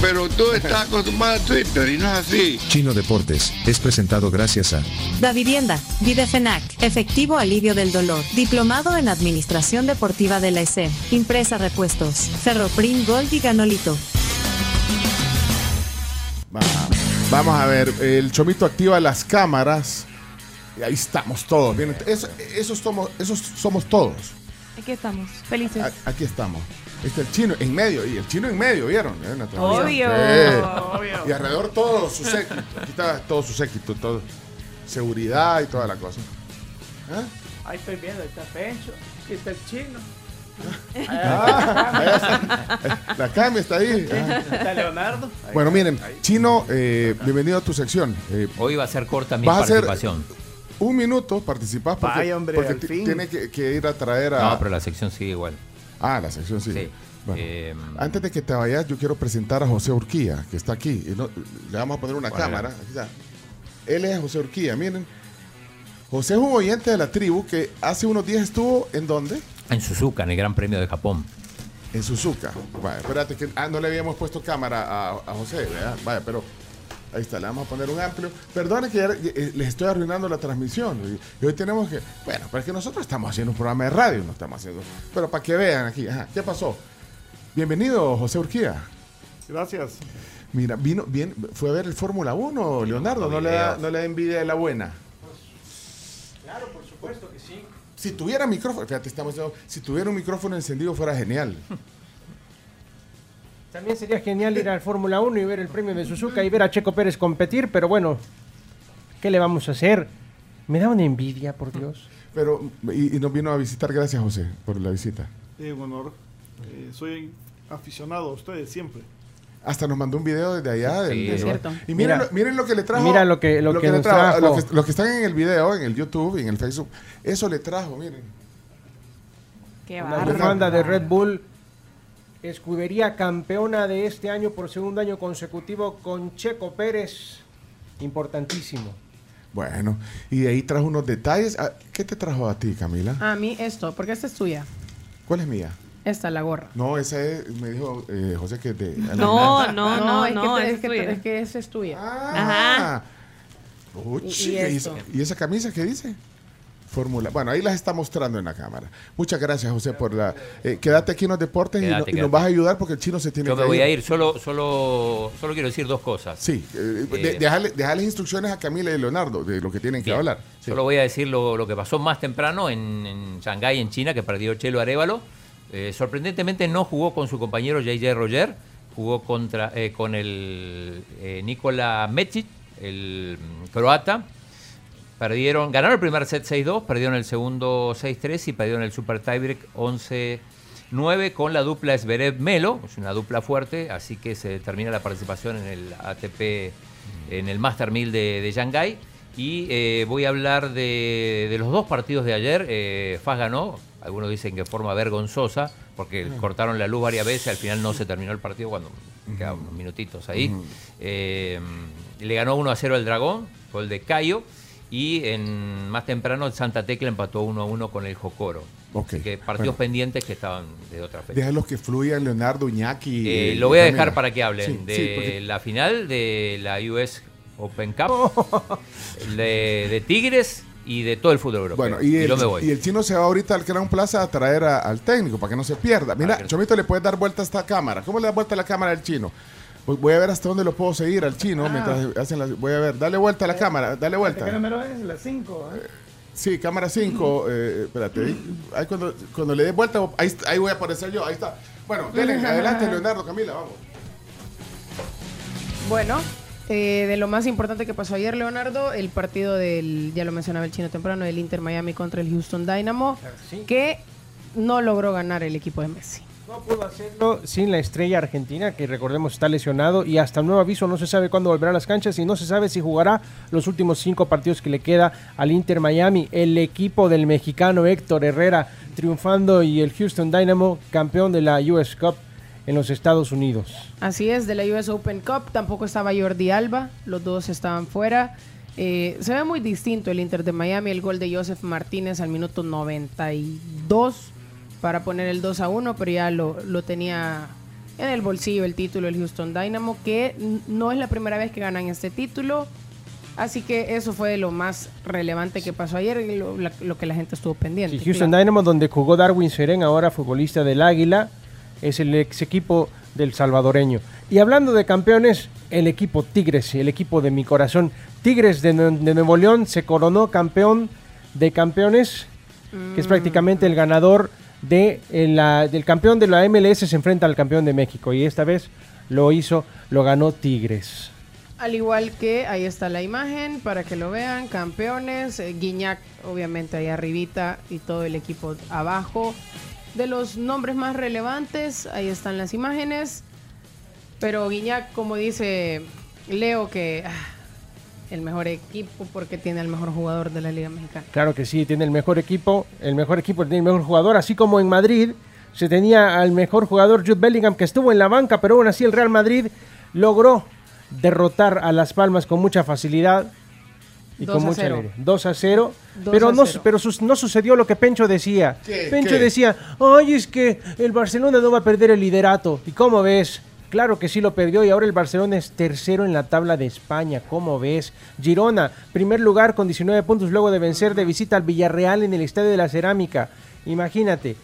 Pero tú estás acostumbrado a Twitter y no es así. Chino Deportes es presentado gracias a Da Vivienda, Videfenac, Efectivo Alivio del Dolor, Diplomado en Administración Deportiva de la ESE, Impresa Repuestos, Ferroprim Gold y Ganolito. Va- Vamos a ver, el chomito activa las cámaras. Y ahí estamos todos. Bien, eso, esos, somos, esos somos todos. Aquí estamos, felices. A- aquí estamos. Está el chino en medio. Y el chino en medio, ¿vieron? Eh, una Obvio. transmisión. Sí. Y alrededor todo su séquito. Aquí está todo su séquito. Todo. Seguridad y toda la cosa. ¿Eh? Ahí estoy viendo, está Pencho, aquí está el chino, Ah, ahí está. la cami está ahí. Ah. está Leonardo. Bueno, miren, Chino, eh, bienvenido a tu sección. Eh, Hoy va a ser corta mi Vas a ser- participación. un minuto participás porque, Vaya, hombre, porque al ti- fin. tiene que, que ir a traer a. No, pero la sección sigue igual. Ah, la sección Ah. sí. Sí. Bueno. Eh, Antes de que te vayas, yo quiero presentar a José Urquía, que está aquí. Y no- le vamos a poner una Bueno. cámara. Aquí está. Él es José Urquía, miren. José es un oyente de la tribu que hace unos días estuvo en dónde? En Suzuka, en el Gran Premio de Japón. En Suzuka. Vaya, espérate que ah, no le habíamos puesto cámara a, a José, ¿verdad? Vaya, pero ahí está, le vamos a poner un amplio. Perdone que ya, eh, les estoy arruinando la transmisión. Y, y hoy tenemos que. Bueno, pero es que nosotros estamos haciendo un programa de radio, no estamos haciendo. Pero para que vean aquí, ajá, ¿qué pasó? Bienvenido, José Urquía. Gracias. Mira, vino, bien, fue a ver el Fórmula 1, Leonardo, no le, da, videos. no le da envidia de la buena. Claro, por supuesto que sí. Si tuviera micrófono, fíjate, estamos haciendo- si tuviera un micrófono encendido fuera genial. También sería genial ir al Fórmula 1 y ver el premio de Suzuka y ver a Checo Pérez competir, pero bueno, ¿qué le vamos a hacer? Me da una envidia, por Dios. Pero, y, y nos vino a visitar, gracias José, por la visita. Es un honor. Eh, soy aficionado a ustedes siempre. Hasta nos mandó un video desde allá. del- Sí. del- Es cierto. Y miren, Mira. lo, miren lo que le trajo. Mira lo que- lo que le nos trajo. trajo. Los que, los que están en el video, en el YouTube, en el Facebook, eso le trajo, miren. Qué Una bárbaro. demanda de Red Bull, escudería campeona de este año por segundo año consecutivo con Checo Pérez, importantísimo. Bueno, y de ahí trajo unos detalles. Ah, ¿Qué te trajo a ti, Camila? Ah. A mí esto, porque esta es tuya. ¿Cuál es mía? Esta, la gorra. No, esa es, me dijo eh, José que de. No, no, no, es que- no, es, Ah, es que, tuya. es que esa es tuya. Ah, Uchi, Y- y ¿y, esto. esa- y esa camisa qué dice? Fórmula. Bueno, ahí las está mostrando en la cámara. Muchas gracias, José, por la. eh, quédate aquí en los deportes y, Quédate, no- y nos quédate. vas a ayudar porque el chino se tiene Yo que me voy a ir, solo, solo, solo quiero decir dos cosas. Sí, eh, Eh, de- dejale- dejales instrucciones a Camila y Leonardo de lo que tienen que Bien. hablar. Sí. Solo voy a decir lo, lo que pasó más temprano en, en Shanghái, en China, que perdió Chelo Arevalo. Eh, sorprendentemente no jugó con su compañero JJ Roger, jugó contra, eh, con el eh, Nikola Metic, el mm, croata. Perdieron, ganaron el primer set 6-2, perdieron el segundo 6-3 y perdieron el Super Tiebreak 11-9 con la dupla Zverev Melo, es una dupla fuerte, así que se termina la participación en el ATP, en el Master 1000 de, de Shanghái. Y eh, voy a hablar de, de los dos partidos de ayer. Eh, Faz ganó, algunos dicen que de forma vergonzosa, porque cortaron la luz varias veces, al final no se terminó el partido cuando quedaban unos minutitos ahí. Eh, le ganó 1 a 0 al Dragón, gol de Cayo. Y en, más temprano el Santa Tecla empató 1 a 1 con el Jocoro. Ok, Así que partidos bueno. pendientes que estaban de otra fecha. Déjalos que fluyan, Leonardo, Iñaki. Eh, eh, lo voy a Camila. dejar para que hablen Sí, de sí, porque- la final de la US Open Cup, de, de Tigres y de todo el fútbol europeo. Bueno, y el, yo me voy. y el chino se va ahorita al Gran Plaza a traer a- al técnico para que no se pierda. Mira, que no- Chomito, le puedes dar vuelta a esta cámara. ¿Cómo le das vuelta a la cámara al chino? Voy- Voy a ver hasta dónde lo puedo seguir al chino mientras hacen las- Voy a ver, dale vuelta a la Ah. Eh, cámara, dale ¿Qué vuelta. número es? La ¿eh? 5. Sí, cámara 5. espérate, ahí, ahí cuando, cuando le dé vuelta, ahí, está- ahí voy a aparecer yo, ahí está. Bueno, dele, adelante, Leonardo, Camila, vamos. Bueno, eh, de lo más importante que pasó ayer, Leonardo, el partido del, ya lo mencionaba el chino temprano, del Inter Miami contra el Houston Dynamo, que no logró ganar el equipo de Messi. No pudo hacerlo sin la estrella argentina, que recordemos está lesionado y hasta nuevo aviso no se sabe cuándo volverá a las canchas y no se sabe si jugará los últimos cinco partidos que le queda al Inter Miami. El equipo del mexicano Héctor Herrera triunfando y el Houston Dynamo campeón de la US Cup en los Estados Unidos. Así es, de la US Open Cup tampoco estaba Jordi Alba, los dos estaban fuera. Eh, se ve muy distinto el Inter de Miami, el gol de Joseph Martínez al minuto 92 para poner el 2 a 1, pero ya lo, lo tenía en el bolsillo el título el Houston Dynamo, que n- no es la primera vez que ganan este título. Así que eso fue lo más relevante que pasó ayer y lo, la- lo que la gente estuvo pendiente. Y Houston Dynamo, donde jugó Darwin Seren, ahora futbolista del Águila, es el ex equipo del salvadoreño. Y hablando de campeones, el equipo Tigres, el equipo de mi corazón. Tigres de, Nue- de Nuevo León se coronó campeón de campeones, que es prácticamente el ganador de eh, la- del campeón de la MLS se enfrenta al campeón de México. Y esta vez lo hizo, lo ganó Tigres. Al igual que ahí está la imagen para que lo vean, campeones, eh, Guiñac obviamente ahí arribita y todo el equipo abajo. De los nombres más relevantes, ahí están las imágenes. Pero Guiñac, como dice Leo, que ah, el mejor equipo porque tiene al mejor jugador de la Liga Mexicana. Claro que sí, tiene el mejor equipo, el mejor equipo tiene el mejor jugador, así como en Madrid se tenía al mejor jugador Jude Bellingham que estuvo en la banca, pero aún así el Real Madrid logró derrotar a Las Palmas con mucha facilidad y 2 con a mucha 0. alegría. 2 a 0. 2 pero a no, 0. pero sus- no sucedió lo que Pencho decía. ¿Qué? Pencho ¿Qué? decía, ay, es que el Barcelona no va a perder el liderato. ¿Y cómo ves? Claro que sí lo perdió y ahora el Barcelona es tercero en la tabla de España. ¿Cómo ves? Girona, primer lugar con 19 puntos luego de vencer de visita al Villarreal en el Estadio de la Cerámica. Imagínate.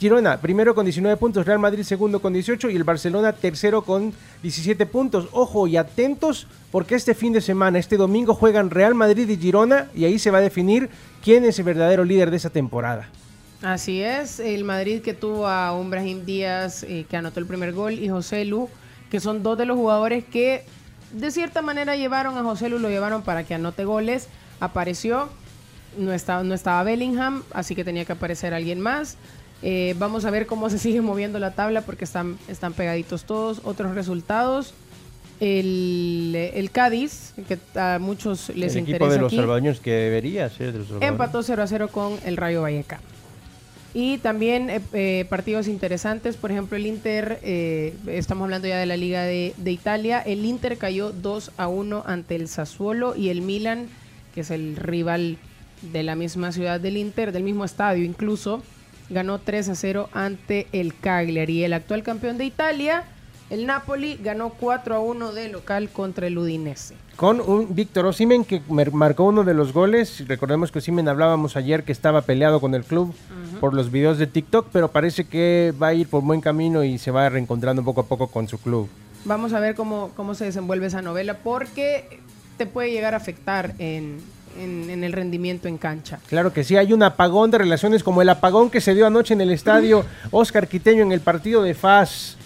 Girona, primero con 19 puntos, Real Madrid segundo con 18 y el Barcelona tercero con 17 puntos. Ojo y atentos porque este fin de semana, este domingo juegan Real Madrid y Girona y ahí se va a definir quién es el verdadero líder de esa temporada. Así es, el Madrid que tuvo a un Brahim Díaz eh, que anotó el primer gol y José Lu, que son dos de los jugadores que de cierta manera llevaron a José Lu, lo llevaron para que anote goles, apareció, no estaba, no estaba Bellingham, así que tenía que aparecer alguien más. Eh, vamos a ver cómo se sigue moviendo la tabla porque están, están pegaditos todos. Otros resultados, el, el Cádiz, que a muchos les el interesa equipo de los aquí. salvadoreños que debería ser de los salvadoreños. Empató 0 a 0 con el Rayo Vallecano. Y también eh, eh, partidos interesantes, por ejemplo, el Inter, eh, estamos hablando ya de la Liga de, de Italia, el Inter cayó 2 a 1 ante el Sassuolo y el Milan, que es el rival de la misma ciudad del Inter, del mismo estadio incluso, ganó 3 a 0 ante el Cagliari. El actual campeón de Italia, el Napoli, ganó 4 a 1 de local contra el Udinese. Con un Víctor Osimen que mer- marcó uno de los goles. Recordemos que Osimen hablábamos ayer que estaba peleado con el club por los videos de TikTok, pero parece que va a ir por buen camino y se va reencontrando poco a poco con su club. Vamos a ver cómo, cómo se desenvuelve esa novela porque te puede llegar a afectar en, en- en el rendimiento en cancha. Claro que sí, hay un apagón de relaciones como el apagón que se dio anoche en el estadio Oscar Quiteño en el partido de FAS.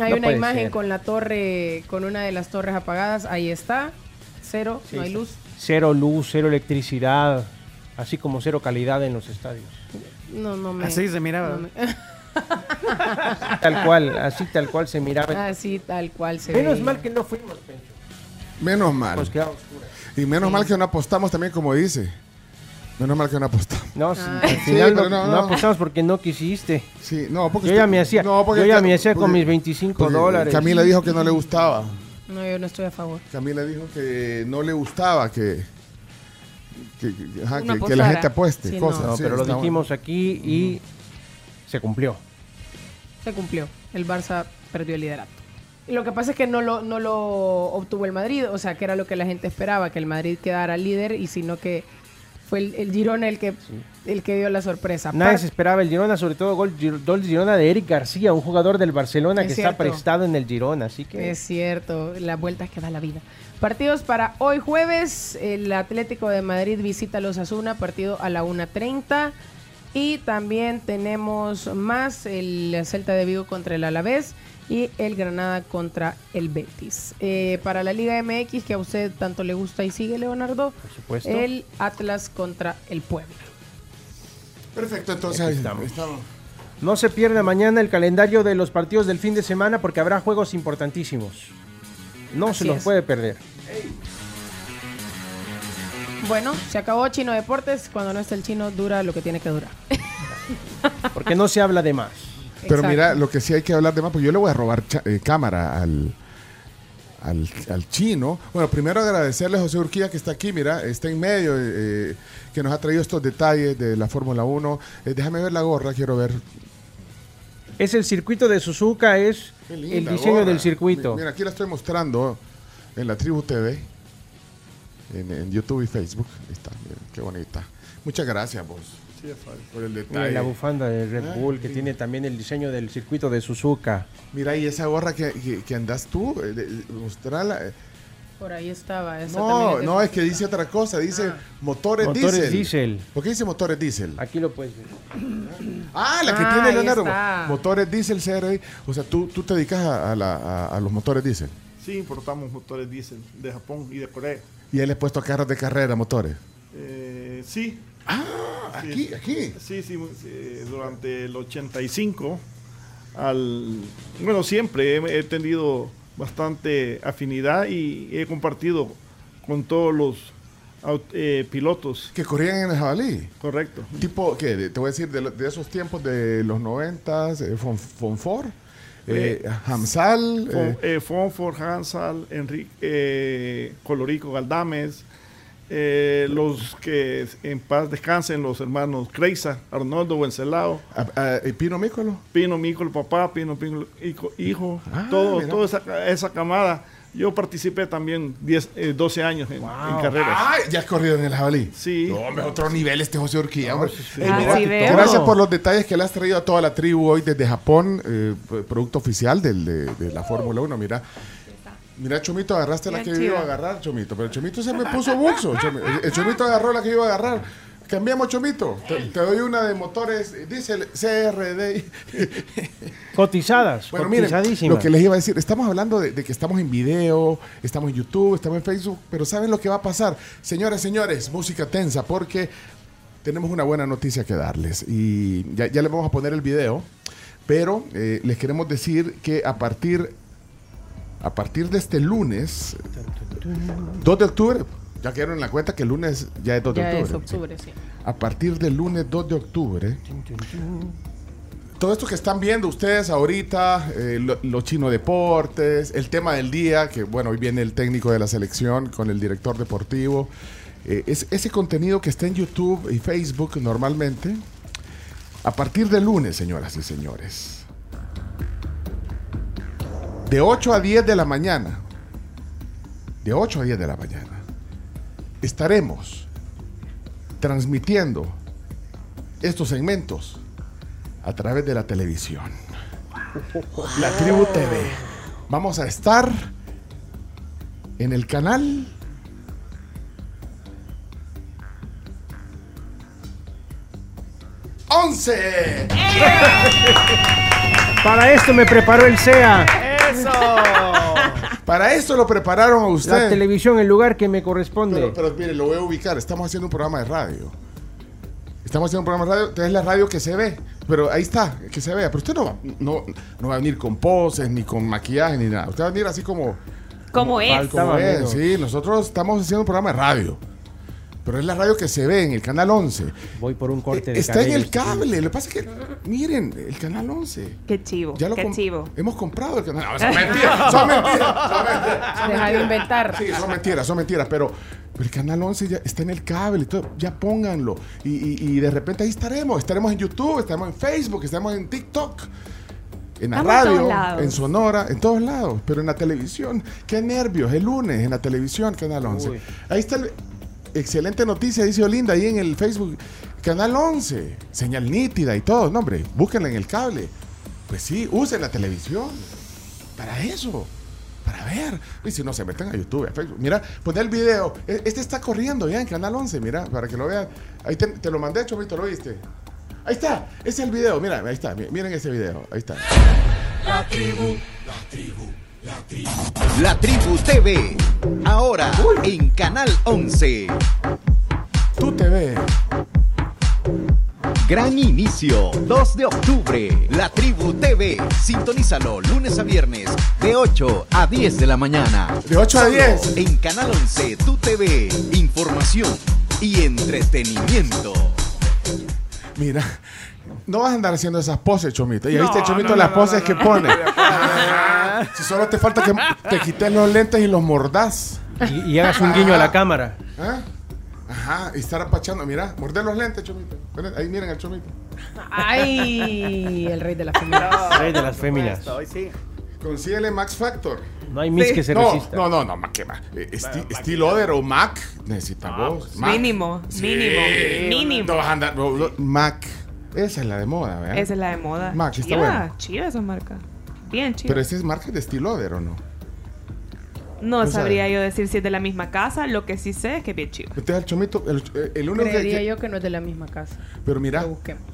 Hay No una puede imagen ser. con la torre, con una de las torres apagadas, ahí está, cero, no hay luz. Cero luz, cero electricidad, así como cero calidad en los estadios. No, no me. Así se miraba. no me- Tal cual, así tal cual se miraba. Así tal cual se Menos veía. mal que no fuimos, Pencho. Menos mal. Nos quedamos oscuras. Y menos mal que no apostamos también, como dice. Menos mal que no apostamos. No, sí, al Sí, final pero no, no apostamos porque no quisiste. Sí, no, porque yo usted- ya me hacía, no, porque yo ya usted- me hacía con porque- mis 25 porque dólares. Camila dijo que no le gustaba. No, yo no estoy a favor. Camila dijo que no le gustaba que, que, que- ajá, que- Uno que la apostara. gente apueste. Sí, no. cosas, No, sí, pero lo está bueno. dijimos aquí y se cumplió. Se cumplió. El Barça perdió el liderato. Y lo que pasa es que no lo, no lo obtuvo el Madrid, o sea, que era lo que la gente esperaba, que el Madrid quedara líder y sino que fue el, el Girona el que, el que dio la sorpresa. Nadie Par- se esperaba el Girona, sobre todo gol, Gir- gol Girona de Eric García, un jugador del Barcelona Es que está cierto. prestado en el Girona, así que Es cierto, las vueltas que da la vida. Partidos para hoy jueves, el Atlético de Madrid visita a los Asuna, partido a la 1.30. Y también tenemos más el Celta de Vigo contra el Alavés y el Granada contra el Betis. Eh, para la Liga MX, que a usted tanto le gusta y sigue, Leonardo, supuesto. el Atlas contra el Puebla. Perfecto, entonces Aquí ahí estamos. estamos. No se pierda mañana el calendario de los partidos del fin de semana porque habrá juegos importantísimos. No Así se los es. puede perder. Bueno, se acabó Chino Deportes. Cuando no está el chino, dura lo que tiene que durar. Porque no se habla de más. Pero Exacto. mira, lo que sí hay que hablar de más, pues yo le voy a robar cha- eh, cámara al, al, al chino. Bueno, primero agradecerle a José Urquía que está aquí, mira, está en medio, eh, que nos ha traído estos detalles de la Fórmula 1. Eh, déjame ver la gorra, quiero ver. Es el circuito de Suzuka, es Qué linda el diseño gorra. del circuito. Mi- Mira, aquí la estoy mostrando en la Tribu TV, en, en YouTube y Facebook. Ahí está, miren, qué bonita. Muchas gracias, vos. Por el Mira, detalle. la bufanda de Ah, Red Bull que sí. tiene también el diseño del circuito de Suzuka. Mira, y esa gorra que, que- que andas tú, eh, de- de- mostrala. eh. Por ahí estaba. esa Ah. también No, de- no, es que dice otra cosa, dice motores, Motores diésel. diésel. ¿Por qué dice motores diésel? Aquí lo puedes ver. Ah, la que Ah, tiene ahí Leonardo. está. Motores diésel CRI. O sea, tú, tú te dedicas a, a la- a- a los motores diésel. Sí, importamos motores diésel de Japón y de Corea. Y él le has puesto a carros de carrera motores. Eh, sí. Ah, aquí, aquí. Sí, sí, eh, durante el 85 al... Bueno, siempre he, he tenido bastante afinidad y he compartido con todos los aut- eh, pilotos. Que corrían en el jabalí. Correcto. Tipo, ¿qué? De- Te voy a decir, de, lo- de esos tiempos de los 90, eh, Fon- Fonfor, eh, Eh, Hamsal. eh, Fon- eh, Fonford, Hansal, Enrique, eh, Colorico, Galdames, eh, los que en paz descansen, los hermanos Creiza, Arnoldo Buencelao, a- a- eh, Pino Mícolo. Pino Mícolo, papá, Pino Mícolo, hijo, hijo Ah, todo, mira. toda esa, ca- esa camada. Yo participé también 10, eh, 12 años en, en carreras. Ah, ya has corrido en el jabalí. Sí. No, hombre, otro nivel este José Urquía. hombre. Eh, Ah, mira, sí veo. gracias por los detalles que le has traído a toda la tribu hoy desde Japón, eh, p- producto oficial del- de, de la Fórmula 1. Mira, mira, Chomito, agarraste la Bien que yo iba a chido. agarrar, Chomito, pero Chomito se me puso buxo. Chomi- El, el Chomito agarró la que yo iba a agarrar. Cambiamos, Chomito. Te, te doy una de motores, eh, diésel, CRD. Cotizadas, Bueno, miren, cotizadísimas. lo que les iba a decir, estamos hablando de, de que estamos en video, estamos en YouTube, estamos en Facebook, pero ¿saben lo que va a pasar? Señoras, señores, música tensa, porque tenemos una buena noticia que darles. Y ya, ya les vamos a poner el video, pero eh, les queremos decir que a partir, a partir de este lunes, 2 de octubre, ya quedaron en la cuenta que el lunes ya es 2 de Ya octubre. es octubre, sí. A partir del lunes 2 de octubre, todo esto que están viendo ustedes ahorita, eh, lo- los chino deportes, el tema del día, que bueno, hoy viene el técnico de la selección con el director deportivo, eh, es ese contenido que está en YouTube y Facebook normalmente, a partir de lunes, señoras y señores, de 8 a 10 de la mañana, de 8 a 10 de la mañana, estaremos transmitiendo estos segmentos a través de la televisión. La Tribu TV. Vamos a estar en el canal. ¡11! Para esto me preparó el SEA. Para esto lo prepararon a La ustedes. televisión, el lugar que me corresponde. Pero, pero mire, lo voy a ubicar. Estamos haciendo un programa de radio. Estamos haciendo un programa de radio. Entonces es la radio que se ve. Pero ahí está, que se vea. Pero usted no va, no, no va a venir con poses, ni con maquillaje, ni nada. Usted va a venir así como. ¿Cómo es? Falta como es. menos. Sí, nosotros estamos haciendo un programa de radio. Pero es la radio que se ve en el canal 11. Voy por un corte de Está en cabello. el cable. Lo que pasa es que, miren, el canal 11. Qué chivo, Ya lo qué com- chivo. Hemos comprado el canal. No, son mentiras, son mentiras, son mentiras. Deja de inventar. Ah, Sí, son mentiras, son mentiras, pero, pero el canal 11 ya está en el cable, entonces ya pónganlo. Y, y- y de repente ahí estaremos, estaremos en YouTube, estaremos en Facebook, estaremos en TikTok, en la Estamos en todos radio, lados. en Sonora, en todos lados, pero en la televisión. Qué nervios, el lunes en la televisión, Canal 11. Uy. Ahí está el- excelente noticia, dice Olinda, ahí en el Facebook, Canal 11, señal nítida y todo, no hombre, búsquenla en el cable. Pues sí, usen la televisión para eso, para ver. Y si no, se meten a YouTube, a Facebook. Mira, pon el video. E- Este está corriendo ya en Canal 11, mira, para que lo vean. Ahí te, te lo mandé, Chomito, ¿lo viste? Ahí está, ese es el video, mira, ahí está, mi- miren ese video, ahí está. La Tribu TV. Ahora en Canal 11. Tú te ves. Gran inicio, 2 de octubre, La Tribu TV. Sintonízalo lunes a viernes, de 8 a 10 de la mañana. De 8 a Solo 10. En Canal 11, Tu TV. Información y entretenimiento. Mira, no vas a andar haciendo esas poses, Chomito. ¿Ya No, viste, Chomito, no, las no, no, poses no, que no. pone? si solo te falta que te quites los lentes y los mordás. Y, y hagas un guiño a la cámara. ¿Ah? Ajá, y estar apachando. Mira, morder los lentes, Chomito. Ven, Ahí miren al Chomito. Ay, el rey de las familias. Ah. Rey de las féminas. Hoy sí. Consíguele Max Factor. No hay Miss que se no, resista. No, no, no, ma- que va. Eh, Esti- Steel Oder o Mac Ah, necesitamos. pues, Mac. Mínimo, Sí. mínimo, mínimo. No vas a andar- no, no, Mac. Esa es la de moda, ¿verdad? Esa es la de moda. Mac, está Chiva, buena. chiva esa marca. Bien chiva. Pero esa es marca de Steel Oder, ¿o no? no no sabría sabe. yo decir si es de la misma casa. Lo que sí sé es que es bien chiva. Entonces el chomito, el, el único que, Creería que- yo que no es de la misma casa. Pero mira,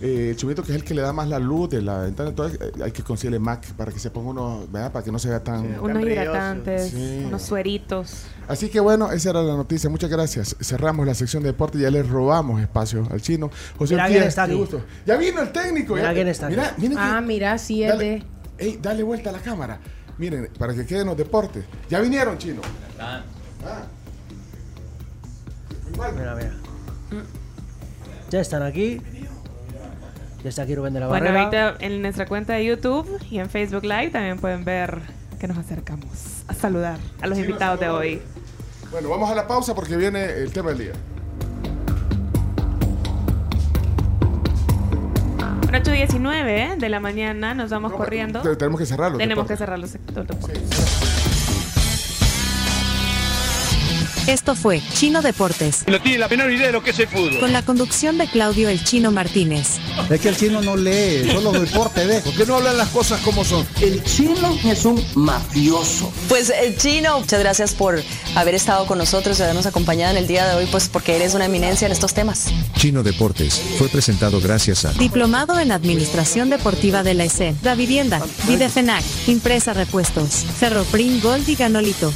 eh, el chomito que es el que le da más la luz de la ventana, entonces eh, hay que conseguirle Mac para que se ponga uno, ¿verdad? Para que no se vea tan... Unos hidratantes, Sí. unos sueritos. Así que bueno, esa era la noticia. Muchas gracias. Cerramos la sección de deporte. Ya le robamos espacio al chino. José Mira Ortiz, quién está qué aquí. gusto. Ya vino el técnico. ya- Mira eh, quién está aquí. mira, miren Ah, que- mira, sí, es dale, de. ey, dale vuelta a la cámara. Miren, para que queden los deportes. Ya vinieron, chino. Mira, mira. Ya están aquí. Ya está aquí Rubén de la Bueno, Barrera. ahorita en nuestra cuenta de YouTube y en Facebook Live también pueden ver que nos acercamos a saludar a los Sí, nos invitados de hoy. Bueno, vamos a la pausa porque viene el tema del día. Bueno, 8.19 de la mañana nos vamos corriendo. Te- Tenemos que cerrarlo. Tenemos que cerrar los sectores. Esto fue Chino Deportes, No tiene la menor idea de lo que es el fútbol. con la conducción de Claudio El Chino Martínez. Es que el chino no lee, solo deporte, ¿ves? ¿Por qué no hablan las cosas como son? El chino es un mafioso. Pues eh, Chino, muchas gracias por haber estado con nosotros y habernos acompañado en el día de hoy, pues porque eres una eminencia en estos temas. Chino Deportes fue presentado gracias a Diplomado en Administración Deportiva de la E ESE, La Vivienda, Videfenac, Impresa Repuestos, Ferroprim Gold y Ganolito.